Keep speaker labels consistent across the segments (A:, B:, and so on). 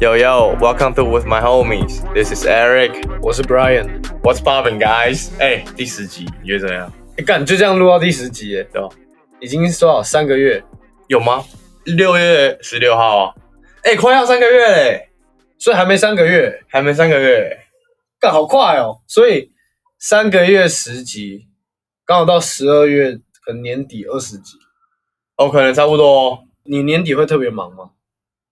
A: Yo yo, welcome to with my homies. This is Eric.
B: 我是 Brian，
A: What's poppin', guys？哎、第十集你觉得怎样？
B: 哎，干、就这样录到第十集耶，欸
A: 对吧？
B: 已经说好三个月，
A: 有吗？六月十六号啊，
B: 欸
A: 哎、快要三个月嘞，
B: 所以还没三个月，
A: 还没三个月，
B: 干好快哦！所以三个月十集，刚好到十二月，可能年底二十集。
A: 哦，可能差不多哦。
B: 你年底会特别忙吗？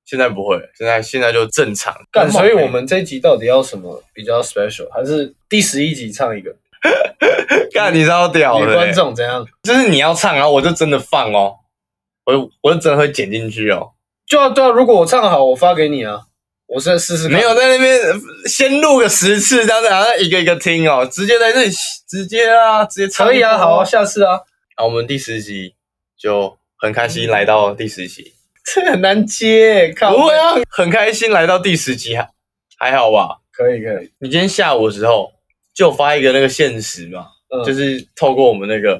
A: 现在不会，现在现在就正常。
B: 干，所以
A: 欸
B: 我们这一集到底要什么比较 special？还是第十一集唱一个？
A: 干你超屌
B: 女
A: 的，
B: 观众怎样？
A: 就是你要唱，然后我就真的放哦，我就我就真的会剪进去哦，
B: 就啊，对啊，如果我唱好，我发给你啊，我再试试看。
A: 没有在那边呃先录个十次，这样子然后一个一个听哦，直接在这里直接啊，直接唱
B: 可以啊，
A: 就
B: 好啊，下次啊，
A: 那我们第十集就很开心来到第十集，
B: 这很难接，欸靠
A: 不会啊，很开心来到第十集，还还好吧？
B: 可以可以，
A: 你今天下午的时候就发一个那个现实嘛，
B: 嗯，
A: 就是透过我们那个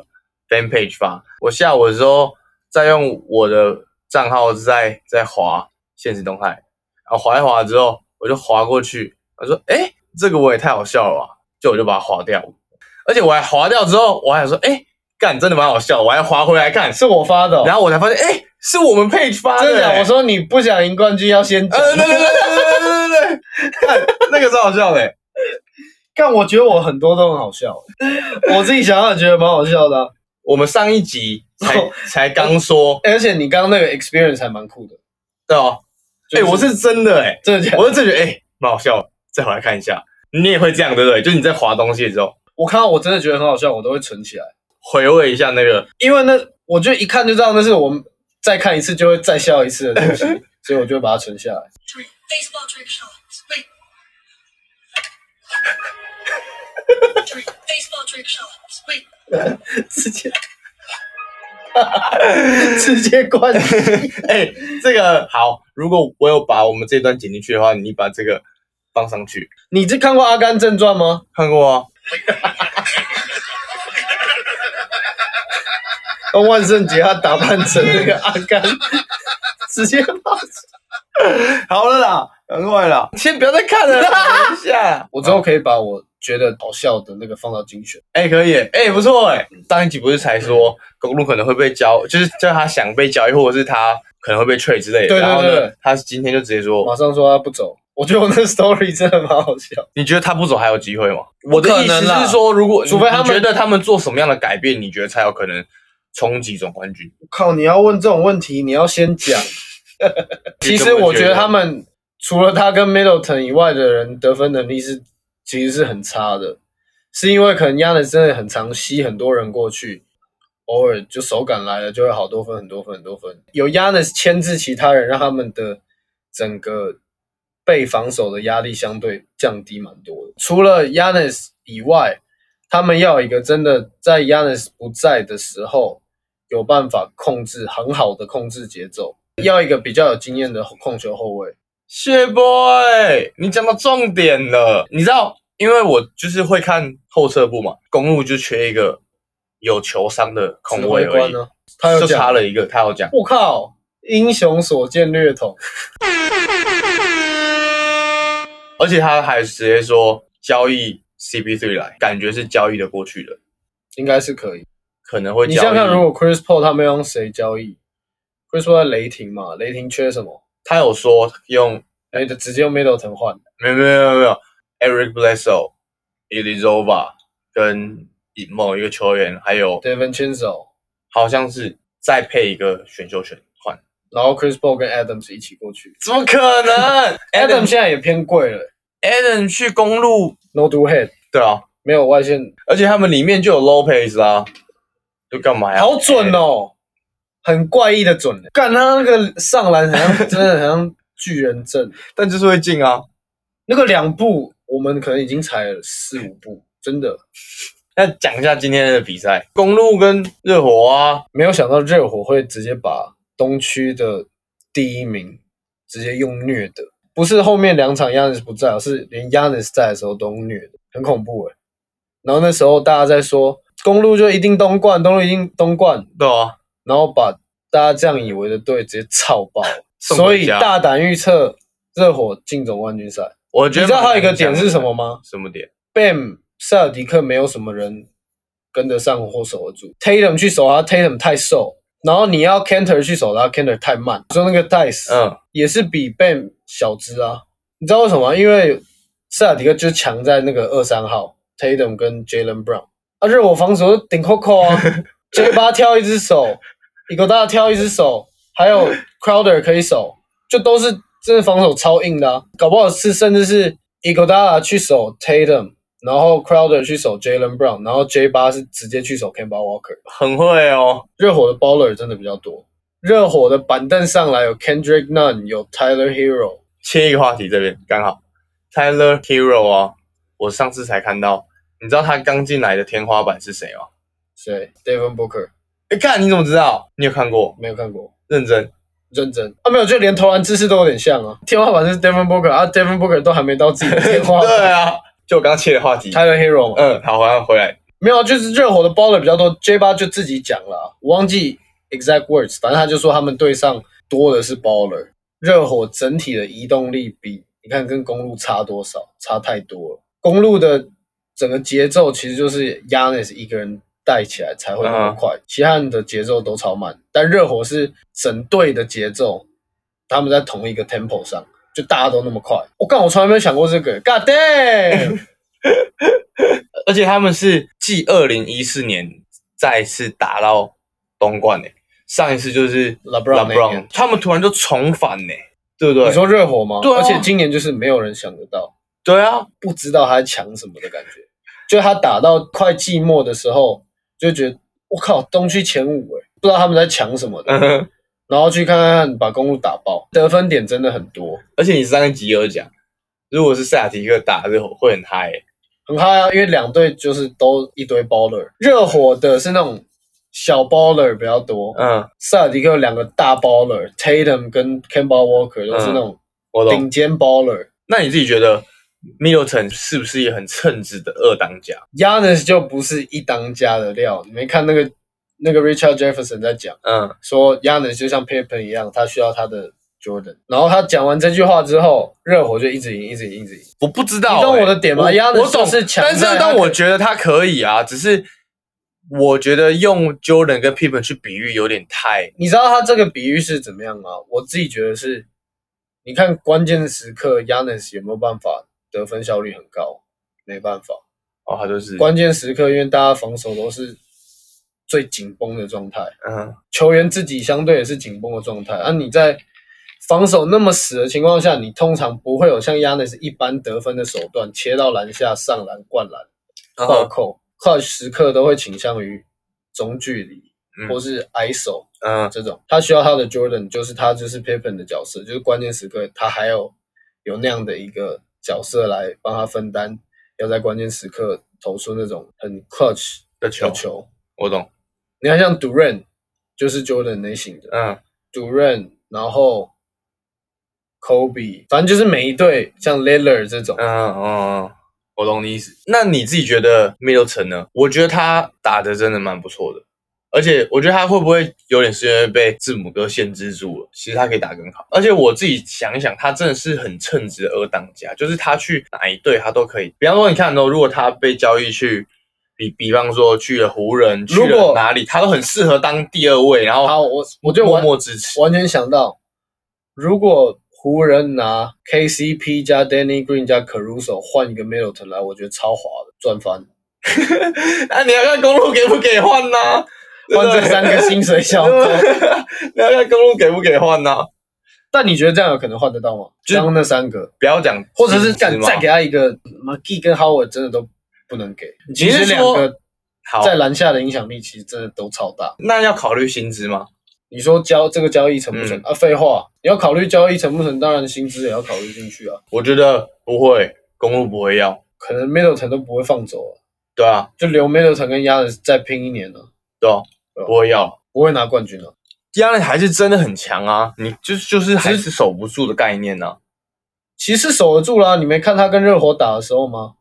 A: fan page 发。我下午的时候再用我的账号在在滑现实动态，然后滑一滑之后，我就滑过去，我说：“哎，这个我也太好笑了吧！”就我就把它滑掉，而且我还滑掉之后，我还想说：“哎，干，真的蛮好笑。”我还滑回来看，
B: 是我发的哦、
A: 然后我才发现，哎、是我们配发的、
B: 真的假
A: 欸
B: 的我，说你不想赢冠军要先讲。
A: 呃，对对对对对对对对，看 那个超好笑的、欸。
B: 但我觉得我很多都很好笑，我自己想想也觉得蛮好笑的啊、
A: 我们上一集才、
B: 哦
A: 才刚说，
B: 而且你刚刚那个 experience 还蛮酷的。
A: 对哦，
B: 就
A: 哎、我是真的哎、
B: 真的假的？
A: 我是真的觉得哎，蛮、好笑的。再回来看一下，你也会这样对不对？就你在滑东西的时候，
B: 我看到我真的觉得很好笑，我都会存起来，
A: 回味一下那个，
B: 因为那我就一看就知道那是我们再看一次就会再笑一次的 东西，所以我就会把它存下来。
C: Three baseball trick shots. Wait. Three baseball trick shots. Wait.
B: 直接，直接关机。
A: 哎、这个好。如果我有把我们这段剪进去的话，你把这个放上去，
B: 你这看过《阿甘正传》吗？
A: 看过啊？
B: 那万圣节他打扮成那个阿甘， 直接把
A: 好了啦，很快啦，先不要再看了啦，等一下。
B: 我之后可以把我觉得好笑的那个放到精选。
A: 哎、可以，哎、不错，哎，上一集不是才说公路可能会被交，就是叫他想被交易，或者是他可能会被 trade 之类的。
B: 对对
A: 然后呢
B: 对，哦
A: 他今天就直接说
B: 马，上说他不走，我觉得我那 story 真的蛮好笑。
A: 你觉得他不走还有机会吗？我的意
B: 可
A: 思
B: 能啦
A: 是说，如果
B: 除非他们
A: 你觉得他们做什么样的改变，你觉得才有可能冲击总冠军？
B: 靠，你要问这种问题，你要先 讲。其实我觉得他们除了他跟 Middleton 以外的人得分能力是其实是很差的，是因为可能亚的真的很常吸很多人过去，偶尔就手感来了就会好多分很多分很多分。有亚的牵制其他人，让他们的整个被防守的压力相对降低蛮多的。除了 Yanis 以外，他们要有一个真的在 Yanis 不在的时候，有办法控制很好的控制节奏，要一个比较有经验的控球后卫。
A: 谢 boy，你讲到重点了。你知道，因为我就是会看后撤步嘛，公路就缺一个有球商的控卫
B: 指挥
A: 而
B: 官
A: 已。
B: 呢？他有
A: 就差
B: 讲，
A: 了一个，他有讲。
B: 我靠，英雄所见略同。
A: 而且他还直接说交易 CP3 来，感觉是交易的过去的，
B: 应该是可以。
A: 可能会
B: 你
A: 交易。
B: 想想看，如果 Chris Paul 他们用谁交易？Chris Paul 在雷霆嘛，雷霆缺什么？
A: 他有说用，
B: 哎，直接用 Middleton 换。
A: 没有没有没有没有，Eric Bledsoe、Elizova 跟某一个球员，还有
B: Devin Chinzel，
A: 好像是再配一个选秀权换，
B: 然后 Chris Paul 跟 Adams 一起过去。
A: 怎么可 能
B: Adams
A: ？Adam
B: 现在也偏贵了
A: Adam 去公路，
B: ，No Do Head
A: 对啊，
B: 没有外线，
A: 而且他们里面就有 Lopez 啦、啊，就干哎嘛呀？
B: 好准哦，很怪异的准。欸干他那个上篮好像真的好像巨人阵，
A: 哎但就是会进啊。
B: 那个两步我们可能已经踩了四五步，真的
A: 那讲一下今天的比赛，公路跟热火啊，
B: 没有想到热火会直接把东区的第一名直接用虐的，不是后面两场 Yanis 不在，而是连 Yanis 在的时候都虐的，很恐怖诶、然后那时候大家在说公路就一定东冠，东路一定东冠，
A: 对啊，
B: 然后把大家这样以为的队直接操爆，
A: 送
B: 所
A: 回
B: 以
A: 家
B: 大胆预测热火进总冠军赛。
A: 我
B: 你
A: 觉得
B: 知道还有一个
A: 蛮难
B: 点
A: 讲
B: 是
A: 的
B: 什么？吗
A: 什么点？
B: ？Bam 塞尔迪克没有什么人跟得上或守得住，Tatum 去守他，Tatum 太瘦，然后你要 Canter 去守他，Canter 太慢。说那个 Dice，、
A: 嗯，
B: 也是比 Bam 小只啊。你知道为什么吗？因为塞尔迪克就强在那个二三号 Tatum 跟 Jalen Brown，啊，热火防守就顶 Coco 啊，J 八挑一只手，伊戈大挑一只手，还有 Crowder 可以守，就都是真的防守超硬的啊。搞不好是甚至是伊戈大去守 Tatum，然后 Crowder 去守 Jalen Brown，然后 J 八是直接去守 Kemba Walker。
A: 很会哦，
B: 热火的 baller 真的比较多。热火的板凳上来有 Kendrick Nunn，有 Tyler Hero，
A: 切一个话题这边刚好，Tyler Hero 啊，我上次才看到，你知道他刚进来的天花板是谁吗？
B: 谁？Devin Booker
A: 哎，看你怎么知道？你有看过？
B: 没有看过，
A: 认真，
B: 认真啊没有，就连投篮姿势都有点像啊。天花板是 Devin Booker 啊，Devin Booker 都还没到自己的天花 板。
A: 对啊，就我刚切的话题。
B: Tyler Hero 嘛，
A: 嗯，好，好，回来。
B: 没有啊，就是热火的 baller 比较多，J 八就自己讲了啊、我忘记 exact words，反正他就说他们队上多的是 baller。热火整体的移动力比你看跟公路差多少，差太多了。公路的整个节奏其实就是 Yanis 一个人带起来才会那么快，其他人的节奏都超慢。但热火是整队的节奏，他们在同一个 tempo 上，就大家都那么快。我、干，我从来没有想过这个，God damn！
A: 而且他们是继二零一四年再次打到东冠诶、上一次就是
B: LeBron 那一年
A: 他们突然就重返呢、对不
B: 你
A: 对？
B: 说热火吗？
A: 对啊
B: 而且今年就是没有人想得到，
A: 对啊，
B: 不知道他在抢什么的感觉。就他打到快季末的时候，就觉得我靠，东区前五哎，不知道他们在抢什么的。
A: 嗯哼，
B: 然后去看看，把公路打爆，得分点真的很多，
A: 而且你上一集有讲，如果是塞尔提克打热火会很嗨、欸，
B: 很嗨啊！因为两队就是都一堆 baller，热火的是那种小 baller 比较多，
A: 嗯，
B: 塞尔迪克有两个大 baller，Tatum 跟 Kemba Walker 都是那种
A: 嗯我懂
B: 顶。尖 baller。
A: 那你自己觉得 Middleton 是不是也很称职的二当家？
B: Yanis 就不是一当家的料。你没看那个那个 Richard Jefferson 在讲
A: 嗯，
B: 说，Yanis 就像 Pippen 一样，他需要他的 Jordan。然后他讲完这句话之后，热火就一直赢，一直赢，一直赢。
A: 我不知道、欸，
B: 你懂我的点吗
A: 我
B: ？Giannis
A: 我懂
B: 就是强
A: 但是
B: 在他
A: 但我
B: 可以
A: 觉得他可以啊，只是我觉得用 Jordan 跟 Pippen 去比喻有点太，
B: 你知道他这个比喻是怎么样吗？我自己觉得是，你看关键时刻，Yanis 有没有办法得分效率很高？没办法，
A: 哦，他就是，
B: 关键时刻因为大家防守都是最紧绷的状态。
A: 嗯，
B: 球员自己相对也是紧绷的状态。啊，你在防守那么死的情况下，你通常不会有像亚内斯一般得分的手段，切到篮下、上篮、灌篮、
A: 然
B: 暴
A: 后
B: 扣。clutch 时刻都会倾向于中距离
A: 嗯
B: 或是 ISO
A: 嗯
B: 这种。他需要他的 Jordan，就是他就是 Pippen 的角色，就是关键时刻他还有有那样的一个角色来帮他分担，要在关键时刻投出那种很 clutch
A: 的
B: 的
A: 球，
B: 球。
A: 我懂，
B: 你看像 Duran 就是 Jordan 类型的，
A: 嗯，
B: 主任，然后 Kobe，反正就是每一队像 Lillard 这种，
A: 嗯嗯嗯，我懂你意思。那你自己觉得 Middleton 呢？我觉得他打的真的蛮不错的，而且我觉得他会不会有点是因为被字母哥限制住了？其实他可以打更好。而且我自己想一想，他真的是很称职的二当家，就是他去哪一队他都可以。比方说，你看哦，如果他被交易去。比比方说去了湖人，去
B: 如果
A: 了哪里，他都很适合当第二位，然后
B: 好，我我就
A: 默
B: 完
A: 默支持。
B: 完全想到，如果湖人拿 KCP 加 Danny Green 加 Caruso 换一个 Middleton 来，我觉得超划的，赚翻，
A: 那、你要看公路给不给换呢、对不
B: 换
A: 对
B: 这三个薪水小偷。
A: 你要看公路给不给换呢、
B: 但你觉得这样有可能换得到吗？
A: 就是
B: 刚刚那三个，
A: 不要讲薪资
B: 或
A: 嘛，
B: 者是敢再给他一个 McGee 跟 Howard 真的都不能给，其实
A: 是
B: 两
A: 说
B: 个
A: 好，
B: 在篮下的影响力其实真的都超大。
A: 那要考虑薪资吗？
B: 你说交这个交易成不成、
A: 嗯
B: 啊？废话，你要考虑交易成不成，当然薪资也要考虑进去啊。
A: 我觉得不会，公路不会要，
B: 可能 Middleton 都不会放走啊，
A: 对啊，
B: 就留 Middleton 跟 Yanis 再拼一年了，
A: 对啊，
B: 对啊
A: 不会要。
B: 不会拿冠军啊了。
A: 亚人还是真的很强啊，你就就是还是守不住的概念呢、啊。
B: 骑士守得住啦，你没看他跟热火打的时候吗？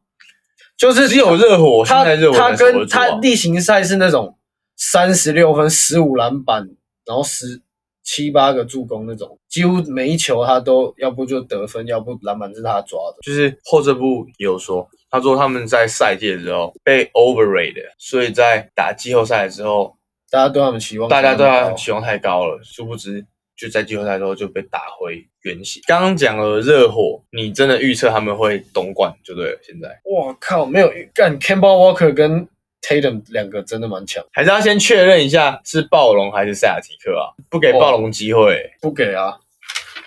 B: 就是
A: 只有热火，现
B: 他
A: 在热火
B: 他
A: 才守得
B: 跟
A: 住啊
B: 他例行赛是那种三十六分、十五篮板，然后十七八个助攻那种，几乎每一球他都要不就得分，要不篮板是他抓的。
A: 就是后这部也有说，他说他们在赛季的时候被 overrated，所以在打季后赛的时候，
B: 大家对他们期望
A: 大家对他
B: 相当高啊
A: 期望太高了，殊不知就在季后赛之后就被打回原形。刚刚讲了热火，你真的预测他们会夺冠就对了。现在
B: 哇靠，没有干 c a m b a Walker 跟 Tatum 两个真的蛮强，
A: 还是要先确认一下是暴龙还是塞尔提克啊，不给暴龙机会、
B: 不给啊。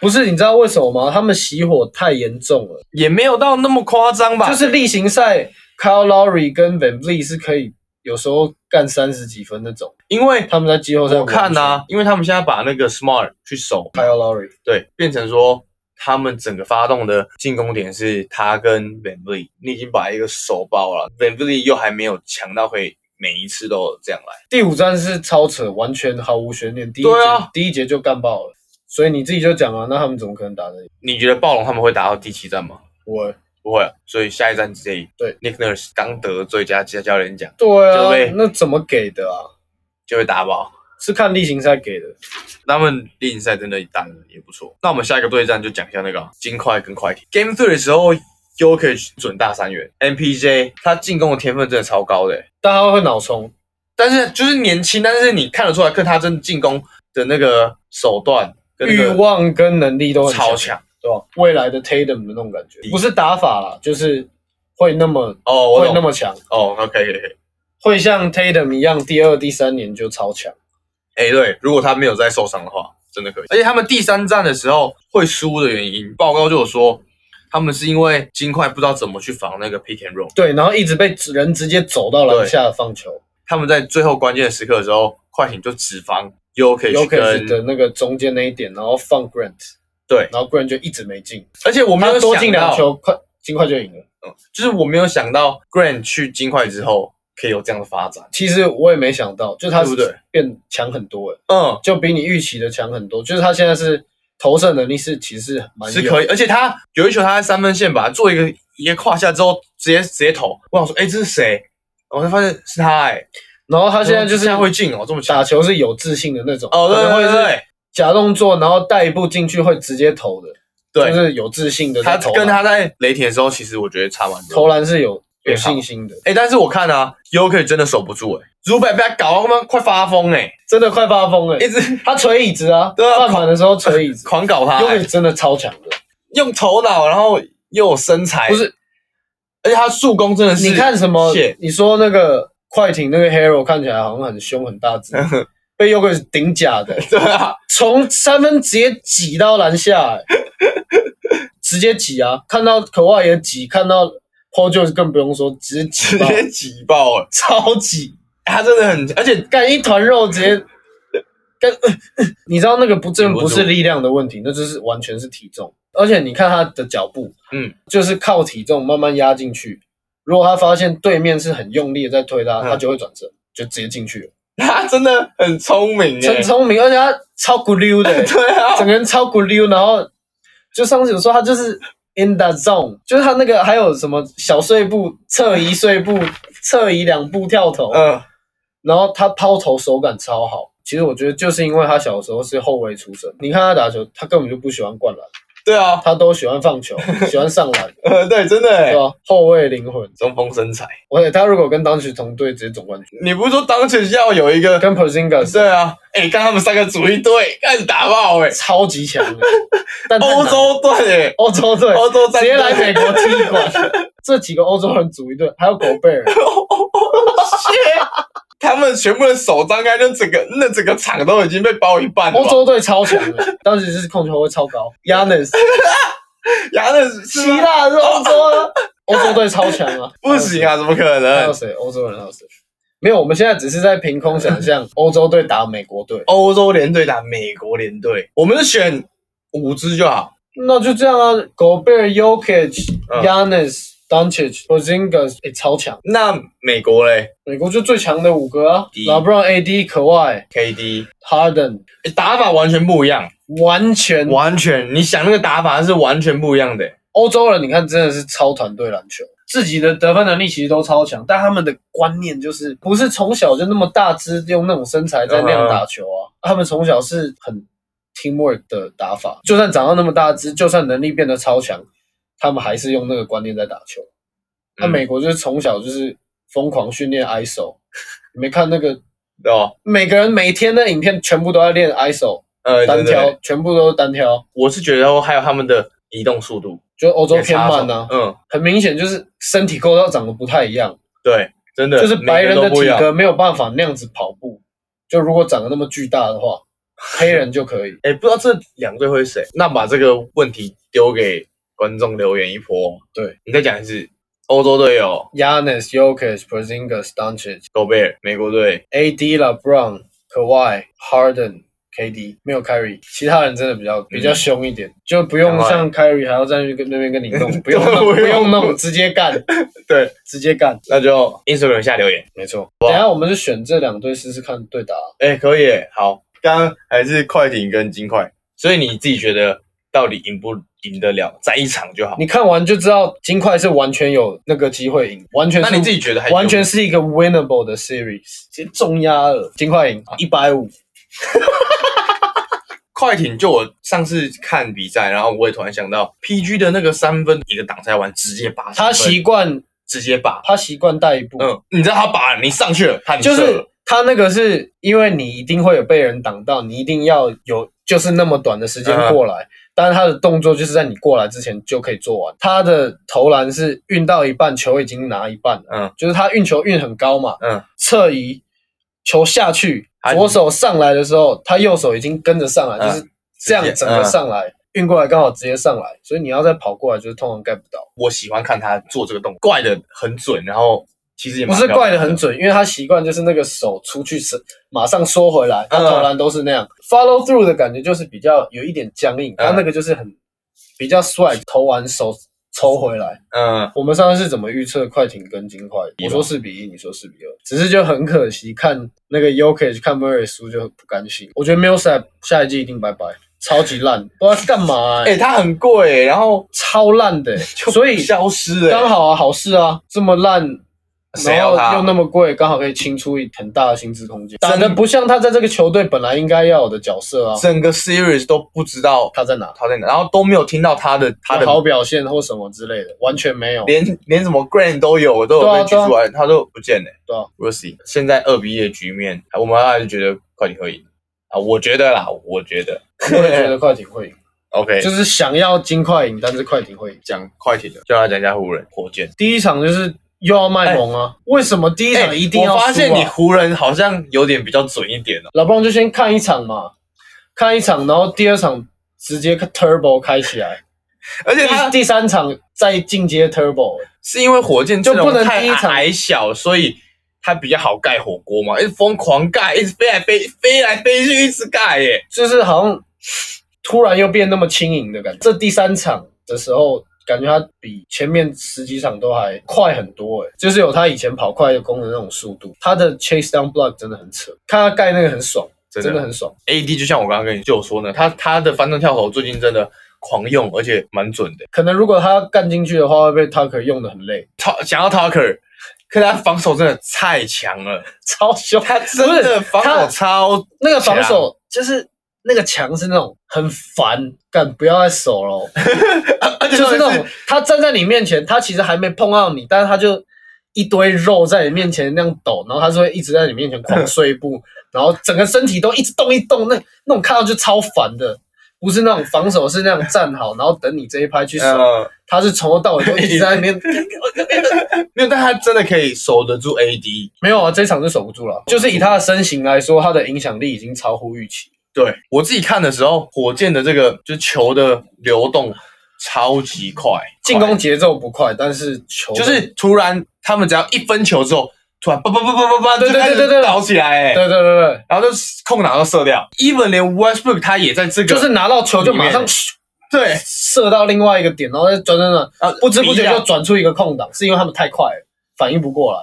B: 不是，你知道为什么吗？他们熄火太严重了。
A: 也没有到那么夸张吧？
B: 就是例行赛，Kyle Lowry 跟 Van Vliet 是可以有时候干三十几分那种。
A: 因为
B: 他们在季后赛
A: 我看啊呐、
B: 呐、
A: 因为他们现在把那个 Smart 去守，
B: k y l e Lowry
A: 对，变成说他们整个发动的进攻点是他跟 Van v l e 你已经把一个手包了，Van v l e 又还没有强到可以每一次都这样来，
B: 第五战是超扯，完全毫无悬念，第一节、
A: 对啊
B: 第一节就干爆了。所以你自己就讲啊，那他们怎么可能打得赢？
A: 你觉得暴龙他们会打到第七战吗？
B: 我
A: 不会、啊，所以下一站直接赢。
B: 对
A: ，Nick Nurse 刚得最佳教教练奖
B: 对
A: 就
B: 啊
A: 被，
B: 那怎么给的啊？
A: 就会打爆，
B: 是看例行赛给的。
A: 他们例行赛真的打的也不错。那我们下一个对战就讲一下那个啊金块跟快艇。Game Three 的时候 y o k i c 准大三元，MPJ 他进攻的天分真的超高的、欸
B: 但他会脑冲，
A: 但是就是年轻，但是你看得出来，跟他真的进攻的那个手段跟那
B: 欲
A: 个
B: 望跟能力都很
A: 超强。
B: 对吧？未来的 Tatum 的那种感觉，不是打法啦，就是会那么
A: 哦，我
B: 会
A: 懂
B: 那么强，
A: 哦，OK，可以可以。
B: 会像 Tatum 一样，第二、第三年就超强。
A: 哎，对，如果他没有再受伤的话，真的可以。而且他们第三战的时候会输的原因，报告就有说，他们是因为金块不知道怎么去防那个 pick and roll，
B: 对，然后一直被人直接走到篮下放球
A: 他们在最后关键的时刻的时候，快艇就只防 u k
B: u
A: 去
B: k
A: 跟
B: 的那个中间那一点，然后放 Grant，
A: 对，
B: 然后 Grant 就一直没进，
A: 而且我没有
B: 他多
A: 想
B: 进两
A: 到，
B: 球，快尽快就赢了。
A: 就是我没有想到 Grant 去金块之后可以有这样的发展。
B: 其实我也没想到，就他
A: 对不对
B: 变强很多、欸，
A: 嗯，
B: 就比你预期的强很多。就是他现在是投射能力是其实是蛮
A: 是
B: 有
A: 可以，而且他有一球他在三分线吧，做一个一个胯下之后，直接直接投。我想说，哎、这是谁？我才发现是他、哎，
B: 然后他现在就是
A: 他会进哦，这么强
B: 打。球是有自信的那种，
A: 哦，
B: 可能
A: 对
B: 会
A: 对
B: 是
A: 对
B: 假动作，然后带一步进去会直接投的，
A: 对，
B: 就是有自信的
A: 他
B: 在投篮。
A: 跟他在雷霆的时候，其实我觉得差蛮
B: 投
A: 多。
B: 篮是有有
A: 变好
B: 信心的，
A: 哎、但是我看啊 u k 真的守不住哎、如本被他搞到他妈快发疯 哎、
B: 真的快发疯了、
A: 一直
B: 他捶椅子啊，
A: 对啊哎
B: 饭碗的时候捶椅 子，
A: 狂搞他、
B: 永远
A: 哎
B: 真的超强的。
A: 用头脑，然后又有身材，
B: 不是，
A: 而且他助攻真的是，
B: 你看什么
A: 谢？
B: 你说那个快艇那个 Hero 看起来好像很凶很大 只，被 Yoko 顶假的，
A: 对啊，
B: 从三分直接挤到篮下、欸直接挤啊！看到可外也挤，看到 Paul George 更不用说，直接
A: 直
B: 挤爆，
A: 接挤爆、哎
B: 超挤，
A: 他真的很，而且
B: 干一团肉直接。跟 你知道那个不正
A: 顶不
B: 不
A: 住
B: 是力量的问题，那就是完全是体重。而且你看他的脚步，
A: 嗯，
B: 就是靠体重慢慢压进去。如果他发现对面是很用力的在推他，
A: 嗯
B: 他就会转身，就直接进去了。
A: 他真的很聪明、哎
B: 很聪明，而且他超骨 溜的、
A: 对啊，
B: 整个人超骨溜，然后就上次有说他就是 in the zone，就是他那个还有什么小碎步、侧移碎步、侧移两步跳投，
A: 嗯，
B: 然后他抛投手感超好。其实我觉得就是因为他小时候是后卫出身，你看他打球，他根本就不喜欢灌篮，
A: 对啊，
B: 他都喜欢放球，喜欢 上篮，
A: 呃，对，真的哎
B: 对，吧？后卫灵魂，
A: 中锋身材。
B: 而且他如果跟当时同队，直接总冠军，
A: 你不是说当前要有一个？
B: 跟 Porzingis
A: 对啊，哎、刚他们三个组一队，开始打爆哎、
B: 超级强的，但太难
A: 欧洲队哎
B: 欧洲队，
A: 欧洲
B: 直
A: 战队
B: 接来美国踢馆。这几个欧洲人组一队，还有狗贝 尔，
A: 哎、他们全部的手张开，就整个那整个场都已经被包一半了吧。
B: 欧洲队超强的，当时是控球会超 高，Yanis，
A: 牙的是
B: 希
A: 吗
B: 腊是欧洲 啊，欧洲队超强啊，
A: 不行啊，怎么可
B: 还有
A: 能？
B: 谁？还有谁？欧洲人还有谁？没有，我们现在只是在凭空想象欧洲队打美国队，
A: 欧洲联队打美国联队，我们是选五支就好。
B: 那就这样啊，狗贝尔、Yokich、
A: 嗯
B: Yanis、 d o n c i c b o z i n g a 也哎超强，
A: 那美国嘞
B: 美国就最强的五个啊
A: 第一
B: ，LeBron、AD、可外、
A: ，KD、
B: Harden，
A: 欸打法完全不一样，
B: 完全
A: 完全，你想那个打法是完全不一样的、
B: 欧洲人，你看真的是超团队篮球，自己的得分能力其实都超强，但他们的观念就是不是从小就那么大只，用那种身材在那样打球啊， 他们从小是很 teamwork 的打法，就算长到那么大只，就算能力变得超强，他们还是用那个观念在打球。那、
A: 嗯
B: 美国就是从小就是疯狂训练 ISO，你没看那个
A: 对吧？
B: 每个人每天的影片全部都在练 ISO
A: 呃，
B: 单
A: 对对
B: 挑
A: 对，
B: 全部都是单挑，
A: 我是觉得还有他们的移动速度
B: 就欧洲偏慢啊
A: 也
B: 呐、
A: 差不多嗯，
B: 很明显就是身体构造长得不太一样，
A: 对，真的
B: 就是白人的
A: 每个都不
B: 体
A: 一样
B: 格没有办法那样子跑步，就如果长得那么巨大的话，黑人 就可以。
A: 哎、不知道这两队会是谁？那把这个问题丢给观众留言一波。
B: 对，
A: 你再讲一次，欧洲队有
B: Yanis, Jokic, Porzingis, Doncic,
A: 狗贝尔，美国队
B: AD, LeBron, Kawhi, Harden, KD，没有 Kyrie，其他人真的比
A: 嗯
B: 较比较凶一点，就不用
A: 赶快
B: 像 Kyrie 还要在那边那边跟你 弄，不用弄
A: 不用
B: 不用弄，直接干，
A: 对，
B: 直接干，
A: 那就 Instagram 下留言。
B: 没错。
A: 哇
B: 等一下我们是选这两队试试看对打，
A: 哎、可以耶，好，刚刚还是快艇跟金块，所以你自己觉得到底赢不赢得了，在一场就好。
B: 你看完就知道金块是完全有那个机会赢，完全
A: 那
B: 是
A: 你自己觉得还
B: 完全是一个 winnable 的 series，直接重压了，金块赢一百五，
A: 快艇？就我上次看比赛，然后我也突然想到，PG 的那个三分一个挡拆完直接拔，
B: 他习惯
A: 直接拔，
B: 他习惯带一步，
A: 嗯，你知道他拔，你上去了，他你
B: 就
A: 射
B: 是
A: 了
B: 他那个是因为你一定会有被人挡到，你一定要有就是那么短的时间过来，
A: 嗯
B: 但是他的动作就是在你过来之前就可以做完，他的投篮是运到一半，球已经拿一半了，
A: 嗯
B: 就是他运球运很高嘛，
A: 嗯，
B: 侧移球下去
A: 他，
B: 左手上来的时候，他右手已经跟着上来，
A: 嗯
B: 就是这样
A: 直接
B: 整个
A: 嗯
B: 上来，运过来刚好直接上来，所以你要再跑过来，就是通常盖不到。
A: 我喜欢看他做这个动作，怪的很准，然后其实也
B: 不
A: 蛮
B: 是怪的
A: 漂亮
B: 很，准，因为他习惯就是那个手出去是马上缩回来，他
A: 嗯
B: 投篮都是那样、follow through 的感觉，就是比较有一点僵硬，
A: 嗯
B: 他那个就是很比较帅，投完手抽回来。
A: 嗯，
B: 我们上次是怎么预测快艇跟金块？
A: 一吧
B: 我说四比一，你说四比二，只是就很可惜，看那个 u k 看 Murray 输就很不甘心。我觉得 Millsap 下一季一定拜拜，超级烂，不知道是干嘛、欸，
A: 哎、他很贵、然后
B: 超烂的欸、所以
A: 消失了、
B: 刚好啊，好事啊，这么烂。
A: 谁
B: 然
A: 要
B: 后
A: 他
B: 又那么贵，刚好可以清出一很大的薪资空间，
A: 真
B: 打的不像他在这个球队本来应该要有的角色啊。
A: 整个 series 都不知道
B: 他在哪？
A: 他在哪，然后都没有听到他的他的，
B: 好表现或什么之类的，完全没有。
A: 连连什么 grand 都有，我都有
B: 对啊
A: 被取出来，他都不见了、
B: 对啊
A: w e l see。现在二比一的局面，我们还是觉得快艇会赢啊，我觉得啦，我觉得
B: 我也觉得快艇 会赢，
A: OK，
B: 就是想要金快赢，但是快艇会赢。
A: 讲快艇的，就来讲一下湖人火箭。
B: 第一场就是又要卖萌啊？为什么第一场一定
A: 哎
B: 要
A: 我
B: 输啊？
A: 发现你湖人好像有点比较准一点哦。
B: 老棒就先看一场嘛，看一场，然后第二场直接 turbo 开起来，
A: 而且他
B: 第第三场再进阶 turbo，
A: 是因为火箭
B: 就不
A: 阵
B: 能
A: 容太
B: 第一场
A: 矮小，所以它比较好盖火锅嘛，一直疯狂盖，一直飞来飞飞来飞去，一直盖耶。
B: 就是好像突然又变那么轻盈的感觉。这第三场的时候，感觉他比前面十几场都还快很多、欸，就是有他以前跑快攻的那种速度。他的 chase down block 真的很扯，看他盖那个很爽，
A: 真
B: 真
A: 的
B: 的很爽。
A: AD 就像我刚刚跟你就有说呢，他他的翻身跳投最近真的狂用，而且蛮准的。
B: 可能如果他干进去的话，会被 Tucker 用的很累，
A: 他想要 Tucker，可他防守真的太强了，
B: 超凶。
A: 他真的防
B: 他
A: 守超
B: 那个防守就是那个墙是那种很烦，干不要再守了，呃 就是那种他站在你面前，他其实还没碰到你，但是他就一堆肉在你面前那样抖，然后他就会一直在你面前狂碎 步，然后整个身体都一直动一动，那那种看到就超烦的。不是那种防守，是那样站好，然后等你这一拍去守。
A: 呃，
B: 他是从头到尾都一直在那 边，
A: 没有，但他真的可以守得住 AD。
B: 没有啊，这一场就守不住了。就是以他的身形来说，他的影响力已经超乎预期。
A: 对我自己看的时候，火箭的这个就是球的流动超级快，
B: 进
A: 快
B: 攻节奏不快，但是球的
A: 就是突然他们只要一分球之后，突然叭叭叭叭叭叭，
B: 对对
A: 就开始
B: 对对对
A: 倒起来、欸，
B: 对对对对，
A: 然后就空档都射掉。even 连 Westbrook 他也在这个，
B: 就是拿到球就马
A: 里面
B: 上对射到另外一个点，然后再转转转，
A: 啊，
B: 不知不觉
A: 不一
B: 就
A: 样
B: 转出一个空档，是因为他们太快了，反应不过来。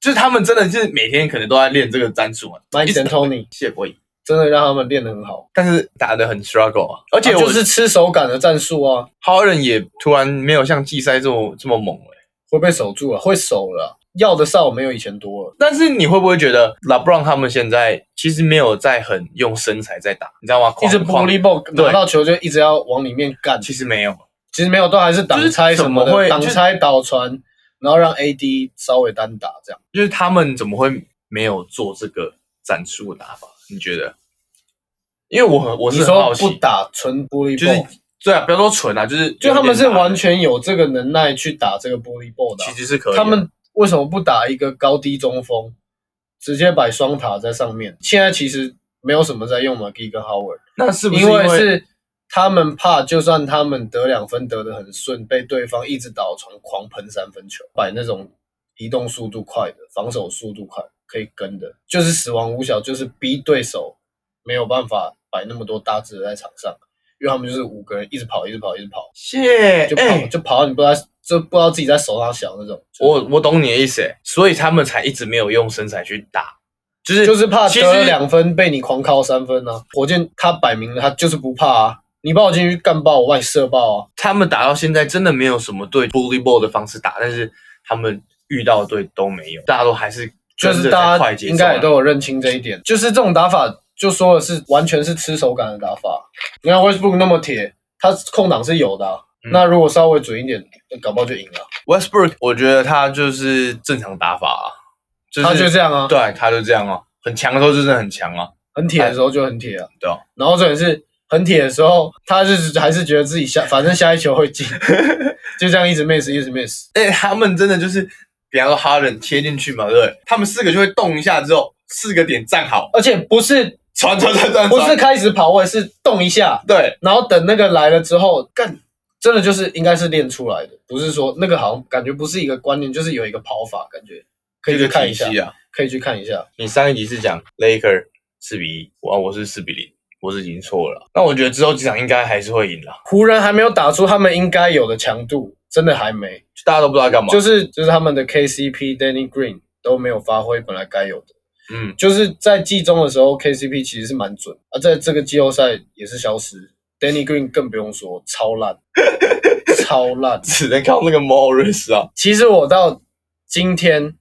A: 就是他们真的是每天可能都在练这个战术啊，
B: Mike and Tony
A: 谢国义，
B: 真的让他们练得很好，
A: 但是打得很 struggle 啊，而
B: 而且
A: 且我
B: 就是吃手感的战术啊，
A: 哈人也突然没有像季赛这么这么猛了、
B: 会被守住了，会守了啊，要的哨没有以前多了。
A: 但是你会不会觉得 LeBron 他们现在其实没有在很用身材在打，你知道吗？
B: 一直
A: 狂
B: bully ball
A: 对
B: 拿到球就一直要往里面干，
A: 其实没有，
B: 其实没有，都还是挡拆
A: 就
B: 什么
A: 是怎么
B: 的，
A: 会
B: 挡拆倒传，然后让 AD 稍微单打这样。
A: 就是他们怎么会没有做这个战术打法？你觉得？因为我很我
B: 你
A: 是很好
B: 说
A: 奇
B: 不，打纯玻璃 l
A: 就是对啊，不要说纯啊，就是
B: 就他们是
A: 有点打
B: 完全有这个能耐去打这个玻璃 ball 的啊、
A: 其实是可以的，
B: 他们为什么不打一个高低中锋，直接摆双塔在上面？现在其实没有什么在用 McGee 跟 Howard，
A: 那是不是
B: 因为
A: 为
B: 是他们怕，就算他们得两分得的很顺，被对方一直倒传狂喷三分球，摆那种移动速度快的、防守速度快可以跟的，就是死亡五小，就是逼对手没有办法摆那么多大字在场上，因为他们就是五个人一直跑，一直跑，一直跑，
A: 谢
B: 就跑、
A: 哎、
B: 就跑到你不知道就不知道自己在手上想那种。就是
A: 我我懂你的意思、欸，所以他们才一直没有用身材去打，就是
B: 就是怕
A: 其
B: 得
A: 实
B: 了两分被你狂敲三分啊！火箭他摆明了他就是不怕啊，你把我进去干爆，我把你射爆啊！
A: 他们打到现在真的没有什么对 bully ball 的方式打，但是他们遇到的队都没有，大家都还是
B: 就
A: 跟
B: 是
A: 着
B: 大
A: 在
B: 家
A: 快节奏啊
B: 应该也都有认清这一点，就是这种打法，就说的是完全是吃手感的打法。你看 Westbrook 那么铁，他空档是有的啊、
A: 嗯
B: 那如果稍微准一点，搞不好就赢了。
A: Westbrook，我觉得他就是正常打法、啊，就是
B: 他就这样啊，
A: 对，他就这样哦、很强的时候就是很强啊，
B: 很铁的时候就很铁啊。
A: 对啊
B: 然后重点是很铁的时候，他是还是觉得自己下，反正下一 球会进，就这样一直 miss 一直 miss。
A: 哎、他们真的就是，比方说哈登贴进去嘛，对不对？他们四个就会动一下之后，四个点站好，
B: 而且不是
A: 传传传传，
B: 不是
A: 传，
B: 开始跑位，是动一下，
A: 对，
B: 然后等那个来了之后，干，真的就是应该是练出来的，不是说那个好像感觉不是一个观念，就是有一个跑法，感觉可以
A: 这
B: 去
A: 个
B: 看
A: 体
B: 一下，
A: 系啊。
B: 可以去看一下。
A: 你上一集是讲 Laker 四比一，啊我我是四比零，我是已经错了。那我觉得之后几场应该还是会赢了，
B: 湖人还没有打出他们应该有的强度，真的还没，
A: 就大家都不知道干嘛。
B: 就是就是他们的 KCP、Danny Green 都没有发挥本来该有的。
A: 嗯，
B: 就是在季中的时候，KCP 其实是蛮准啊，在这个季后赛也是消失，Danny Green 更不用说，超烂，超烂。
A: 只能靠那个 Morris 啊，
B: 其实我到今天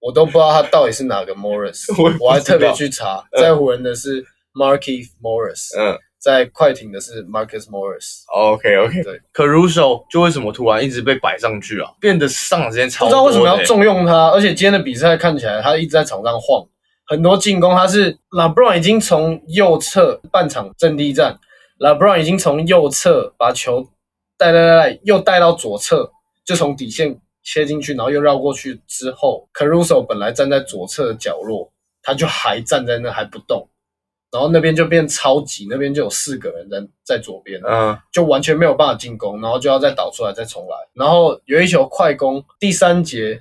B: 我都不知道他到底 是哪个 Morris，
A: 我也不知道
B: 还特别去查，
A: 嗯
B: 在湖人的是 Marky Morris，、
A: 嗯
B: 在快艇的是 Marcus Morris。
A: ，OK OK，
B: 对，
A: ，Caruso 就为什么突然一直被摆上去啊，变得上场时间
B: 不
A: 超
B: 知
A: 多的欸、
B: 道为什么要重用他，而且今天的比赛看起来他一直在场上晃，很多进攻他是 LeBron 已经从右侧半场阵地战，LeBron 已经从右侧把球带带带带又带到左侧，就从底线切进去，然后又绕过去之后，Caruso 本来站在左侧的角落，他就还站在那还不动，然后那边就变超级，那边就有四个人在在左边，
A: 嗯，
B: 就完全没有办法进攻，然后就要再倒出来再重来。然后有一球快攻，第三节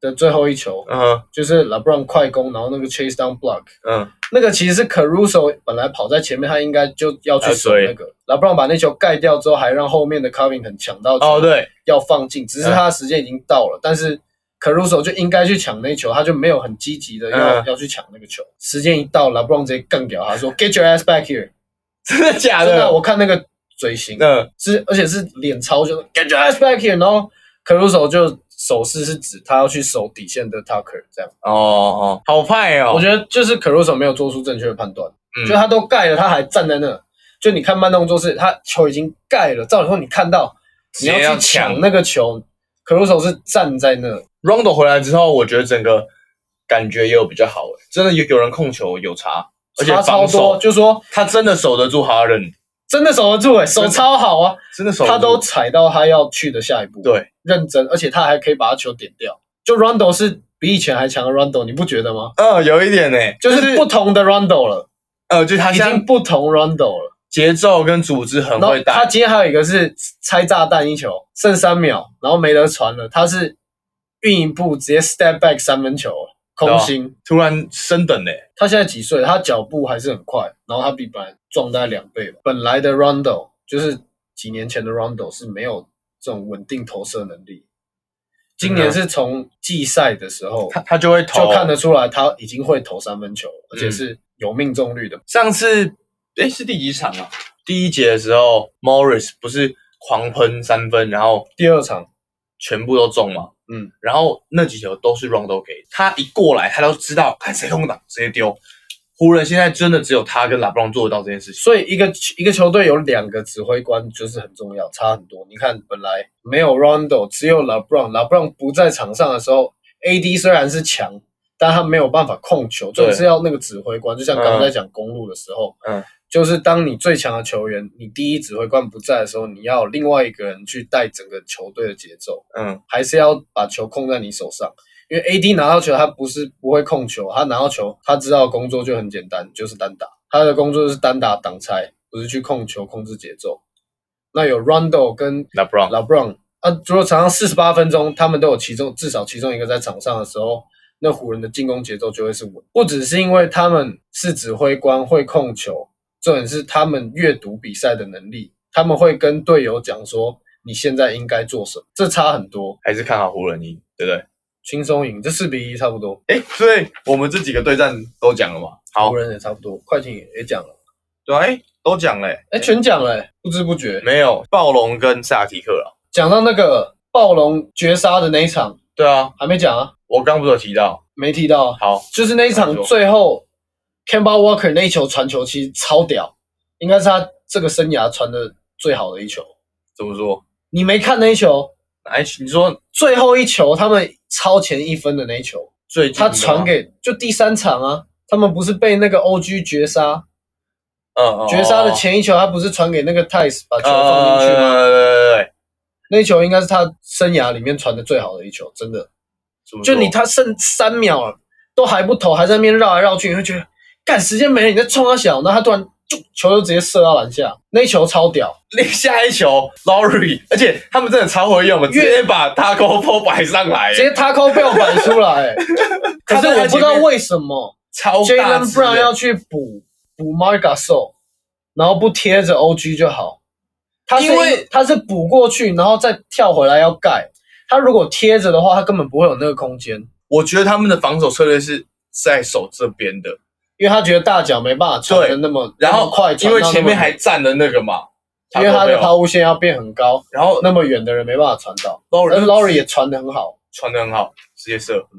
B: 的最后一球、
A: 嗯
B: 就是 LeBron 快攻，然后那个 chase down block，
A: 嗯
B: 那个其实是 Caruso 本来跑在前面，他应该就要去
A: 啊
B: 守那个。LeBron 把那球盖掉之后，还让后面的 Coving 很抢到球，
A: 哦对，啊
B: 要放进，只是他的时间已经到了，但是。Caruso 就应该去抢那球，他就没有很积极的要、
A: 嗯
B: 要去抢那个球。时间一到，LeBron 直接干掉他，说 “Get your ass back here”。
A: 真的假
B: 真的，
A: 的？
B: 我看那个嘴型，
A: 嗯，
B: 是而且是脸超就是 get your ass back here，然后 Caruso 就手势是指他要去守底线的 Tucker 这样。
A: 哦哦，好派哦，
B: 我觉得就是 Caruso 没有做出正确的判断，
A: 嗯
B: 就他都盖了，他还站在那。就你看慢动作是他球已经盖了，照理说你看到你
A: 直接
B: 要
A: 要
B: 去
A: 抢
B: 抢那个球，Caruso 是站在那，
A: Rondo 回来之后，我觉得整个感觉也有比较好、欸，真的有有人控球有差，而且
B: 差超
A: 防
B: 多，
A: 守
B: 就说
A: 他真的守得住 Harden，
B: 真的守得住哎、手超好啊，
A: 真的守得住
B: 他都踩到他要去的下一步，
A: 对，
B: 认真，而且他还可以把他球点掉。就 Rondo 是比以前还强的 Rondo，你不觉得吗？
A: 嗯，有一点呢、欸
B: 就是不同的 Rondo 了，
A: 呃，就是他
B: 已
A: 现在
B: 经不同 Rondo 了。
A: 节奏跟组织很
B: 然后
A: 会
B: 他
A: 带，
B: 今天还有一个是拆炸弹一球，剩三秒，然后没得传了，他是运一步直接 step back 三分球了，空心。
A: 突然升等呢、欸
B: 他现在几岁？他脚步还是很快，然后他比本来壮大概两倍吧。本来的 Rondo 就是几年前的 Rondo 是没有这种稳定投射能力。今年是从季赛的时候
A: 他嗯他就会投，嗯
B: 就看得出来他已经会投三分球，而且是有命中率的。
A: 上次哎是第几场啊？第一节的时候，Morris 不是狂喷三分，然后
B: 第二场，
A: 全部都中嘛，
B: 嗯，
A: 然后那几球都是 Rondo 给的他一过来，他都知道看谁空档直接丢。湖人现在真的只有他跟拉布朗做得到这件事情。
B: 所以一个一个球队有两个指挥官就是很重要，差很多。你看，本来没有 Rondo，只有 LeBron，LeBron 不在场上的时候，AD 虽然是强，但他没有办法控球，
A: 对
B: 总是要那个指挥官。就像刚
A: 嗯
B: 刚在讲公路的时候，
A: 嗯，
B: 就是当你最强的球员，你第一指挥官不在的时候，你要有另外一个人去带整个球队的节奏。
A: 嗯，
B: 还是要把球控在你手上。因为 AD 拿到球，他不是不会控球，他拿到球，他知道的工作就很简单，就是单打。他的工作就是单打挡拆，不是去控球、控制节奏。那有 Rondo 跟
A: 拉布朗，
B: 老 Brown，啊，如果场上四十八分钟，他们都有其中至少其中一个在场上的时候，那湖人的进攻节奏就会是稳。不只是因为他们是指挥官会控球，重点是他们阅读比赛的能力，他们会跟队友讲说你现在应该做什么，这差很多，
A: 还是看好湖人赢，对不对？
B: 轻松赢，这四比一差不多，
A: 哎，所以我们这几个对战都讲了嘛？好
B: 湖，人也差不多，快艇也也讲了，
A: 对啊，哎，都讲了，
B: 哎，全讲了、哎不知不觉
A: 没有暴龙跟萨提克啊了。
B: 讲到那个暴龙绝杀的那一场
A: 对啊，
B: 还没讲啊，
A: 我刚不是有提到？
B: 没提到啊。
A: 好，
B: 就是那一场最后 c a m b a Walker 那一球传球其实超屌，应该是他这个生涯传的最好的一球。
A: 怎么说？
B: 你没看那一球，
A: 哎，你说
B: 最后一球他们超前一分的那一球，
A: 最近的
B: 他
A: 吗
B: 传给就第三场啊，他们不是被那个 OG 绝杀，
A: 嗯嗯
B: 绝杀的前一球他不是传给那个泰斯把球放进去吗？
A: 呃，对
B: 那一球应该是他生涯里面传的最好的一球，真的。
A: 对对，
B: 就你他剩三秒了，都还不投，还在那边绕来绕去，你会觉得干时间没了，你在冲他小，那他突然就球就直接射到篮下，那一球超屌，
A: 那 下一球 Lowry，而且他们真的超会用的，直接把 Taco p o 摆上来，欸
B: 直接 taco bell 摆 出来、可
A: 他
B: 是
A: 在他
B: 我不知道
A: 前面
B: 为什么
A: 超大
B: Jalen
A: 只
B: Brown
A: 的
B: 要去补补 Marc g a s o 然后不贴着 OG 就好。他是
A: 因为
B: 他是补过去，然后再跳回来要盖。他如果贴着的话，他根本不会有那个空间，
A: 我觉得他们的防守策略是在守这边的，
B: 因为他觉得大脚没办法传的
A: 对
B: 那么
A: 然
B: 那
A: 后
B: 么快，
A: 因为前面还站了那个嘛，
B: 因为他的
A: Taco Bell
B: 抛物线要变很高，
A: 然后
B: 那么远的人没办法传到，而
A: Lowry
B: Lowry 也传的很好，
A: 传的很好，直接射，
B: 嗯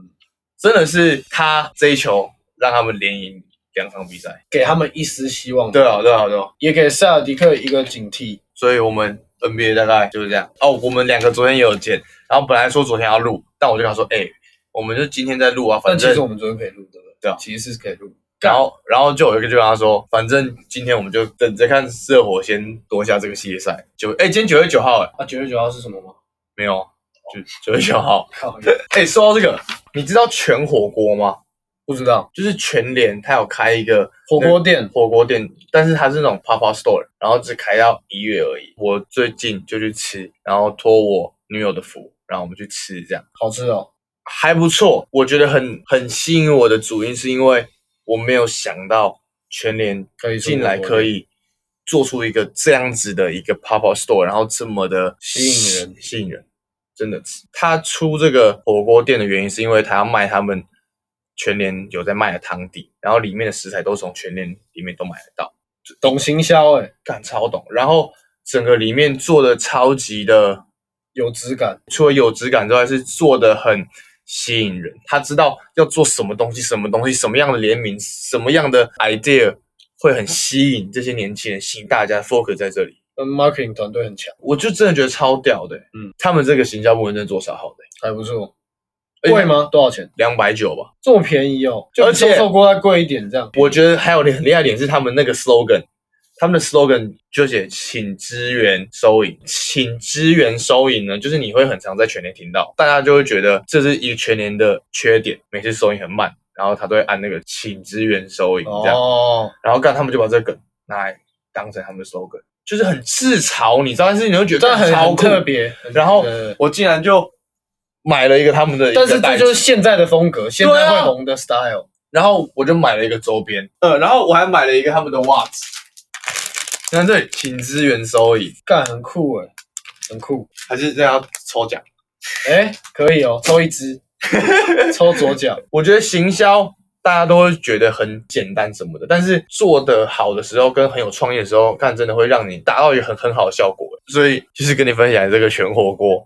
A: 真的是他这一球让他们连赢两场比赛。
B: 给他们一丝希望，
A: 对啊，对啊，对啊，
B: 也给塞尔迪克一个警惕。
A: 所以我们 NBA 大概就是这样。哦，我们两个昨天也有见，然后本来说昨天要录，但我就跟他说，哎、我们就今天再录啊，
B: 但
A: 反
B: 其实
A: 正
B: 我们昨天可以录，对不对？
A: 对啊
B: 其实是可以录。
A: 然后然后就有一个就跟他说，反正今天我们就等着看热火先夺下这个系列赛。九哎、今天九月九号哎、
B: 啊，九月九号是什么吗？
A: 没有，就九月九号。
B: 靠，
A: 哎、说到这个，你知道全火锅吗？
B: 不知道。
A: 就是全联它有开一个
B: 火锅店
A: 火锅店，但是它是那种 Papa Store，然后只开到一月而已。我最近就去吃，然后托我女友的福，然后我们去吃，这样
B: 好吃哦，
A: 还不错。我觉得很很吸引我的主因是因为我没有想到全联
B: 可以出
A: 进来
B: 火锅
A: 可以做出一个这样子的一个 Papa Store，然后这么的
B: 吸引人
A: 吸引人。真的，他出这个火锅店的原因是因为他要卖他们全联有在卖的汤底，然后里面的食材都是从全联里面都买得到，
B: 懂行销哎、
A: 干超懂。然后整个里面做的超级的，
B: 有质感。
A: 除了有质感之外，是做的很吸引人。他知道要做什么东西，什么东西，什么样的联名，什么样的 idea 会很吸引这些年轻人，吸引大家 focus 在这里。
B: 嗯，marketing 团队很强，
A: 我就真的觉得超屌的、
B: 嗯
A: 嗯，他们这个行销部门真的做超好的、
B: 还不错。
A: 而且
B: 贵吗？多少钱？
A: 两百九吧，
B: 这么便宜哦，就
A: 哎而
B: 比
A: 且
B: 臭臭锅再贵一点这样。
A: 我觉得还有很厉害的点是他们那个 slogan，他们的 slogan 就写“请支援收银”，请支援收银呢，就是你会很常在全年听到，大家就会觉得这是一个全年的缺点，每次收银很慢，然后他都会按那个“请支援收银”这样，
B: 哦，
A: 然后干他们就把这个梗拿来当成他们的 slogan，就是很自嘲，你知道，但是你会觉得
B: 但很
A: 超
B: 很
A: 酷
B: 特别。很
A: 然后
B: 对对对
A: 我竟然就买了一个他们的一个
B: 但
A: 袋子，
B: 是这就是现在的风格，现在
A: 对
B: 会
A: 啊
B: 红的 style。
A: 然后我就买了一个周边，呃，然后我还买了一个他们的袜子，那对，请支援收银，
B: 干很酷哎、很酷。
A: 还是这样抽奖？
B: 哎、可以哦，抽 一支，抽左脚。
A: 我觉得行销大家都会觉得很简单什么的，但是做得好的时候跟很有创意的时候，看真的会让你达到一个很很好的效果。所以就是跟你分享这个全火锅。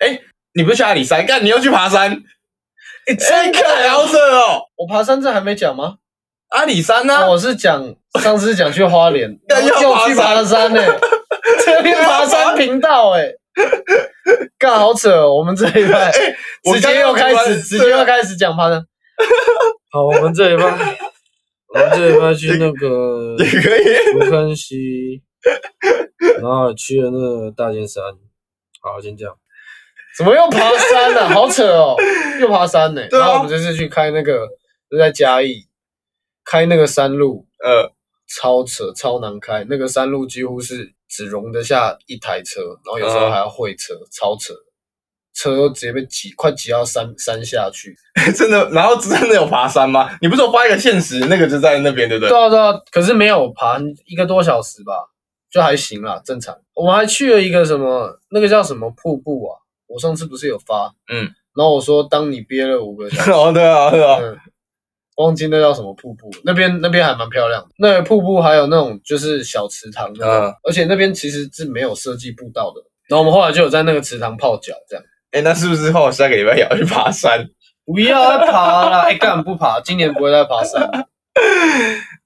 A: 哎、你不是下礼山，干你又去爬山？
B: 哎、
A: 哎、看好扯哦，
B: 我爬山这还没讲吗？哦
A: 阿里山呢、
B: 我是讲上次讲去花莲，
A: 干
B: 然后
A: 啊 要爬
B: 又去爬山 呢、欸，这边爬山频道哎、干好扯、哦！我们这一拜
A: 哎我
B: 直接又开
A: 刚刚突
B: 始，
A: 然
B: 直接又开始讲爬山。
D: 好，我们这一班，我们这一班去那个
A: 也可以。
D: 福坑溪，然后去了那个大尖山。好，先这样。
B: 怎么又爬山呢、啊？好扯哦，又爬山呢、
A: 对啊
B: 然后我们这次去开那个，就在嘉义开那个山路，
A: 呃，
B: 超扯，超难开。那个山路几乎是只容得下一台车，然后有时候
A: 嗯
B: 还要会车，超扯。车都直接被挤，快挤到山山下去。
A: 真的，然后真的有爬山吗？你不是有发一个现实，那个就在那边，对不对？
B: 对啊对啊，可是没有爬一个多小时吧，就还行啦，正常。我们还去了一个什么，那个叫什么瀑布啊？我上次不是有发，
A: 嗯，
B: 然后我说当你憋了五个小 时，
A: 哦，对啊，对 啊，
B: 嗯，忘记那叫什么瀑布，那边那边还蛮漂亮的。那个瀑布还有那种就是小池塘那种，
A: 嗯
B: 而且那边其实是没有设计步道的。然后我们后来就有在那个池塘泡脚，这样。
A: 哎、那是不是换我下个礼拜也要去爬山？
B: 不要再爬 了，哎、干不爬，今年不会再爬山。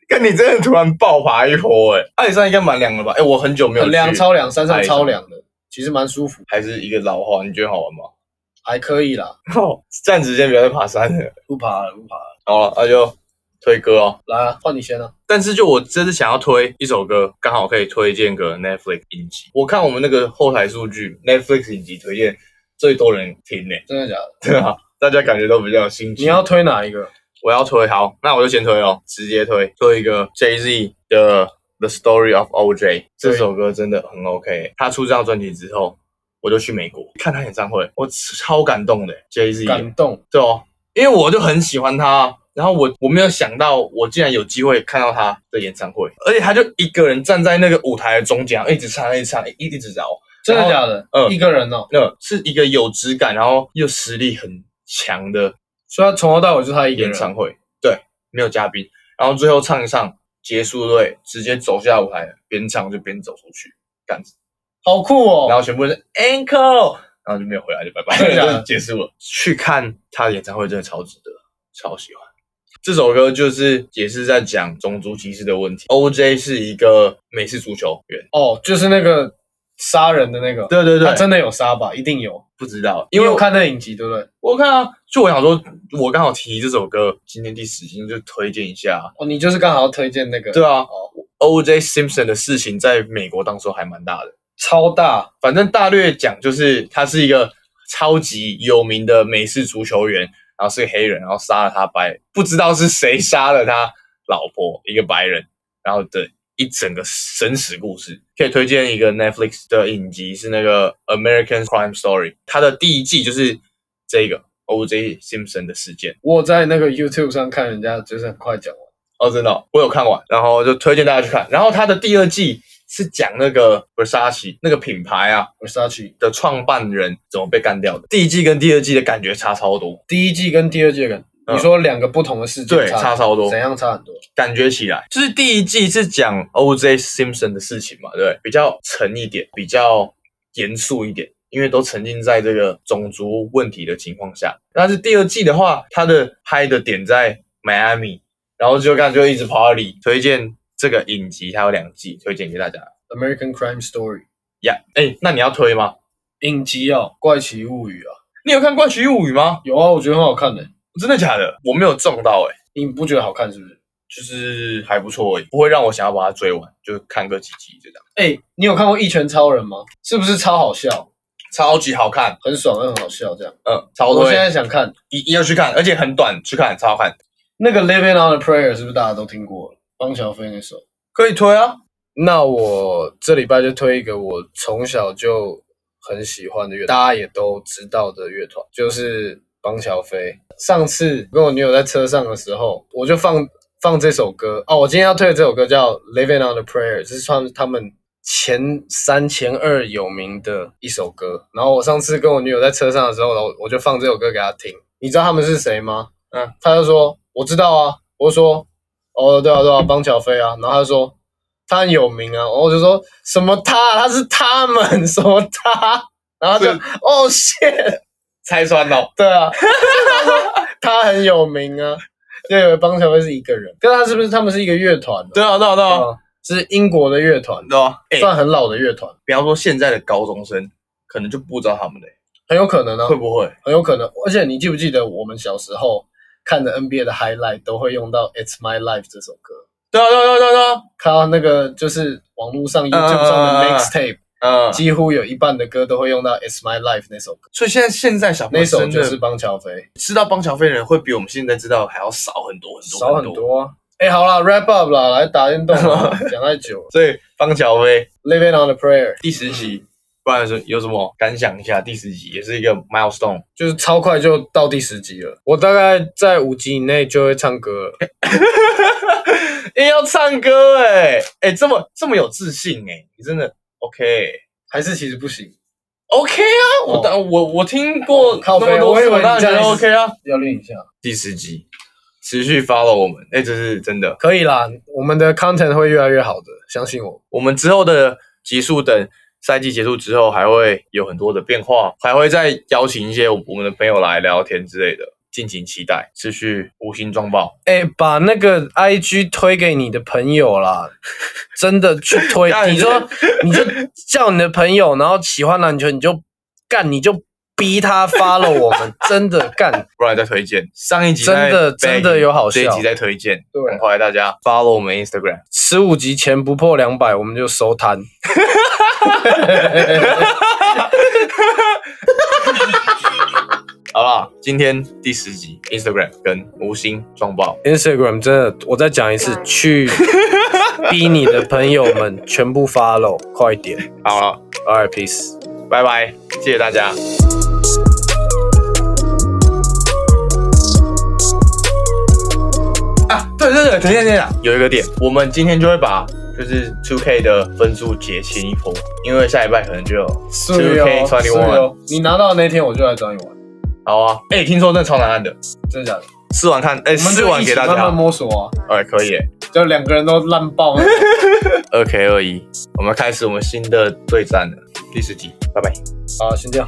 A: 看你真的突然爆爬一波、哎，阿里山应该蛮凉的吧？哎、我很久没有
B: 很
A: 去，
B: 凉，超凉，山上
A: 哎
B: 超凉的，其实蛮舒服，
A: 还是一个老话，你觉得好玩吗？
B: 还可以啦。
A: 哦，暂时先不要再爬山了。
B: 不爬了，不爬了。
A: 好了，那就推歌哦。
B: 来啊，换你先啊。
A: 但是就我这次想要推一首歌，刚好可以推荐个 Netflix 影集。我看我们那个后台数据，Netflix 影集推荐最多人听呢、
B: 真的假的？
A: 对啊，大家感觉都比较有兴趣。
B: 你要推哪一个？
A: 我要推，好，那我就先推哦，直接推，推一个 Jay Z 的《The Story of O.J.》这首歌真的很 OK。他出这张专辑之后，我就去美国看他演唱会，我超感动的。Jay Z
B: 感动，
A: 对哦，因为我就很喜欢他，啊然后我我没有想到我竟然有机会看到他的演唱会，而且他就一个人站在那个舞台的中间，一直唱，一直唱，一一直绕。
B: 真的假的？
A: 嗯
B: 一个人哦，
A: 那是一个有质感，然后又实力很强的
B: 所以他从头到尾就他一个
A: 演
B: 人。
A: 唱会，对，没有嘉宾，然后最后唱一唱，结束队直接走下舞台，边唱就边走出去，这样子，
B: 好酷
A: 然
B: 哦！
A: 后全部人是 ankle，然后就没有回来，就拜拜，
B: 真的假的
A: 就结束了。啊去看他的演唱会真的超值得，超喜欢。这首歌就是也是在讲种族歧视的问题。OJ 是一个美式足球员，
B: 哦，就是那个杀人的那个，
A: 对对
B: 他
A: 对，
B: 真的有杀吧？一定有，
A: 不知道，
B: 因
A: 因
B: 为
A: 为
B: 我
A: 我
B: 看那影集，对不对？
A: 我看啊，就我想说，我刚好提这首歌，今天第十集就推荐一下啊。
B: 哦，你就是刚好要推荐那个，
A: 对啊
B: 哦，
A: O.J. Simpson 的事情在美国当时候还蛮大的。
B: 超大，
A: 反正大略讲就是，他是一个超级有名的美式足球员，然后是个黑人，然后杀了他白，不知道是谁杀了他老婆，一个白人，然后的一整个真实故事。可以推荐一个 Netflix 的影集，是那个《American Crime Story》，它的第一季就是这个 O.J. Simpson 的事件。
B: 我在那个 YouTube 上看人家就是很快讲完，
A: 哦，真的哦、我有看完，然后就推荐大家去看。然后它的第二季是讲那个 Versace 那个品牌啊，
B: 我杀去
A: 的创办人怎么被干掉的。第一季跟第二季的感觉差超多，
B: 第一季跟第二季的感，
A: 嗯
B: 你说两个不同的事件，
A: 对，差超多
B: 怎。样差很多？
A: 感觉起来就是第一季是讲 O.J. Simpson 的事情嘛，对不对，比较沉一点，比较严肃一点。因为都沉浸在这个种族问题的情况下，但是第二季的话，它的拍的点在迈阿密，然后就感觉一直跑到里。推荐这个影集，它有两季，推荐给大家。
B: American Crime Story
A: 呀，哎，那你要推吗？
B: 影集哦，《怪奇物语》啊，
A: 你有看《怪奇物语》吗？
B: 有啊，我觉得很好看的、
A: 真的假的？我没有撞到哎、
B: 你不觉得好看是不是？
A: 就是还不错而哎已，不会让我想要把它追完，就看个几集就这样。
B: 哎、你有看过《一拳超人》吗？是不是超好笑，
A: 超级好看，
B: 很爽，很好笑这样？
A: 嗯，超
B: 我现
A: 推，
B: 在想看
A: 一一定要去看，而且很短，去看超好看，
B: 那个《Living on a Prayer》，是不是大家都听过？方小飞那首。
A: 可以推啊。
B: 那我这礼拜就推一个我从小就很喜欢的乐，大家也都知道的乐团，就是邦乔飞。上次跟我女友在车上的时候，我就放放这首歌哦。我今天要推的这首歌叫《Living on a Prayer》，这是算他们前三前二有名的一首歌。然后我上次跟我女友在车上的时候，然后我就放这首歌给她听。你知道他们是谁吗？
A: 嗯，
B: 她就说我知道啊。我就说哦，对啊，对啊，邦乔飞啊。然后她就说他很有名啊。然后我就说什么他，他是他们什么他， 然后她就是哦 shit。
A: 拆穿了，
B: 对啊，他很有名啊，就以为邦乔会是一个人，但他是不是他们是一个乐团、
A: 对啊，对啊，对啊，
B: 啊，是英国的乐团，
A: 对啊，哎、
B: 算很老的乐团，
A: 不要说现在的高中生，可能就不知道他们嘞、
B: 很有可能啊
A: 会，不会？
B: 很有可能。而且你记不记得我们小时候看的 NBA 的 highlight 都会用到《It's My Life》这首歌，
A: 对啊，对啊，对啊，对啊对啊，
B: 看到那个就是网络上
A: 嗯
B: YouTube 上的
A: 嗯嗯
B: mixtape，
A: 嗯，
B: 几乎有一半的歌都会用到《It's My Life》那首歌，
A: 所以现在现在小朋
B: 那
A: 友
B: 首
A: 真
B: 就
A: 的
B: 是邦乔飞，
A: 知道邦乔飞的人，会比我们现在知道还要少很多很多，
B: 少很。多啊。哎、好啦 w r a p up 啦，来打电动啦，讲太久了。
A: 所以邦乔飞
B: Living on a Prayer
A: 第十集，不然是有什么感想一下？第十集也是一个 milestone，
B: 就是超快就到第十集了，我大概在五集以内就会唱歌了。
A: 也要唱歌哎、哎、这么这么有自信哎、你真的 OK 欸
B: 还是其实不行，
A: OK 啊，我
B: 哦
A: 当、我我听过
B: 靠
A: 那
B: 背
A: 么多次，
B: 我以为
A: 我
B: 你
A: 当然觉
B: 这
A: 得
B: 样
A: OK 啊。
B: 要练一下。
A: 第十集持续 follow 我们，哎、这是真的。
B: 可以啦，我们的 content 会越来越好的，相信我。
A: 我们之后的集数等赛季结束之后，还会有很多的变化，还会再邀请一些我们的朋友来聊天之类的，敬请期待，持续无心装爆。
B: 哎、把那个 IG 推给你的朋友啦，真的去 推
A: 干。
B: 你说，你就叫你的朋友，然后喜欢篮球，你就干，你就逼他 follow 我 们，真的干。
A: 不然再推荐上一集
B: 真的
A: 在
B: 真的有好笑
A: 这一集再推荐，
B: 对
A: 很快大家 follow 我们 Instagram，
B: 十五集前不破两百，我们就收摊。
A: 好啦，今天第十集 Instagram 跟无心装爆，
B: Instagram 真的，我再讲一次，去逼你的朋友们全部 follow，快点
A: 好了，
B: ，R peace。
A: 拜拜，谢谢大家。啊，对对对，等一下等一下，有一个点，我们今天就会把就是 Two K 的分数结清一波，因为下礼拜可能就有。
B: 是哦，
A: 2K21
B: 是哦，你拿到的那天我就来找你玩，
A: 好啊，哎、听说那超难按的，
B: 真的假的？
A: 试玩看，哎、
B: 我们
A: 试
B: 就
A: 玩
B: 一
A: 给
B: 起
A: 大
B: 慢
A: 家
B: 慢，摸索啊，
A: 哎、可以、哎
B: 就两个人都烂 爆那种。
A: 二 K 二一，我们开始我们新的对战了，第十集，拜拜。
B: 好，先这样。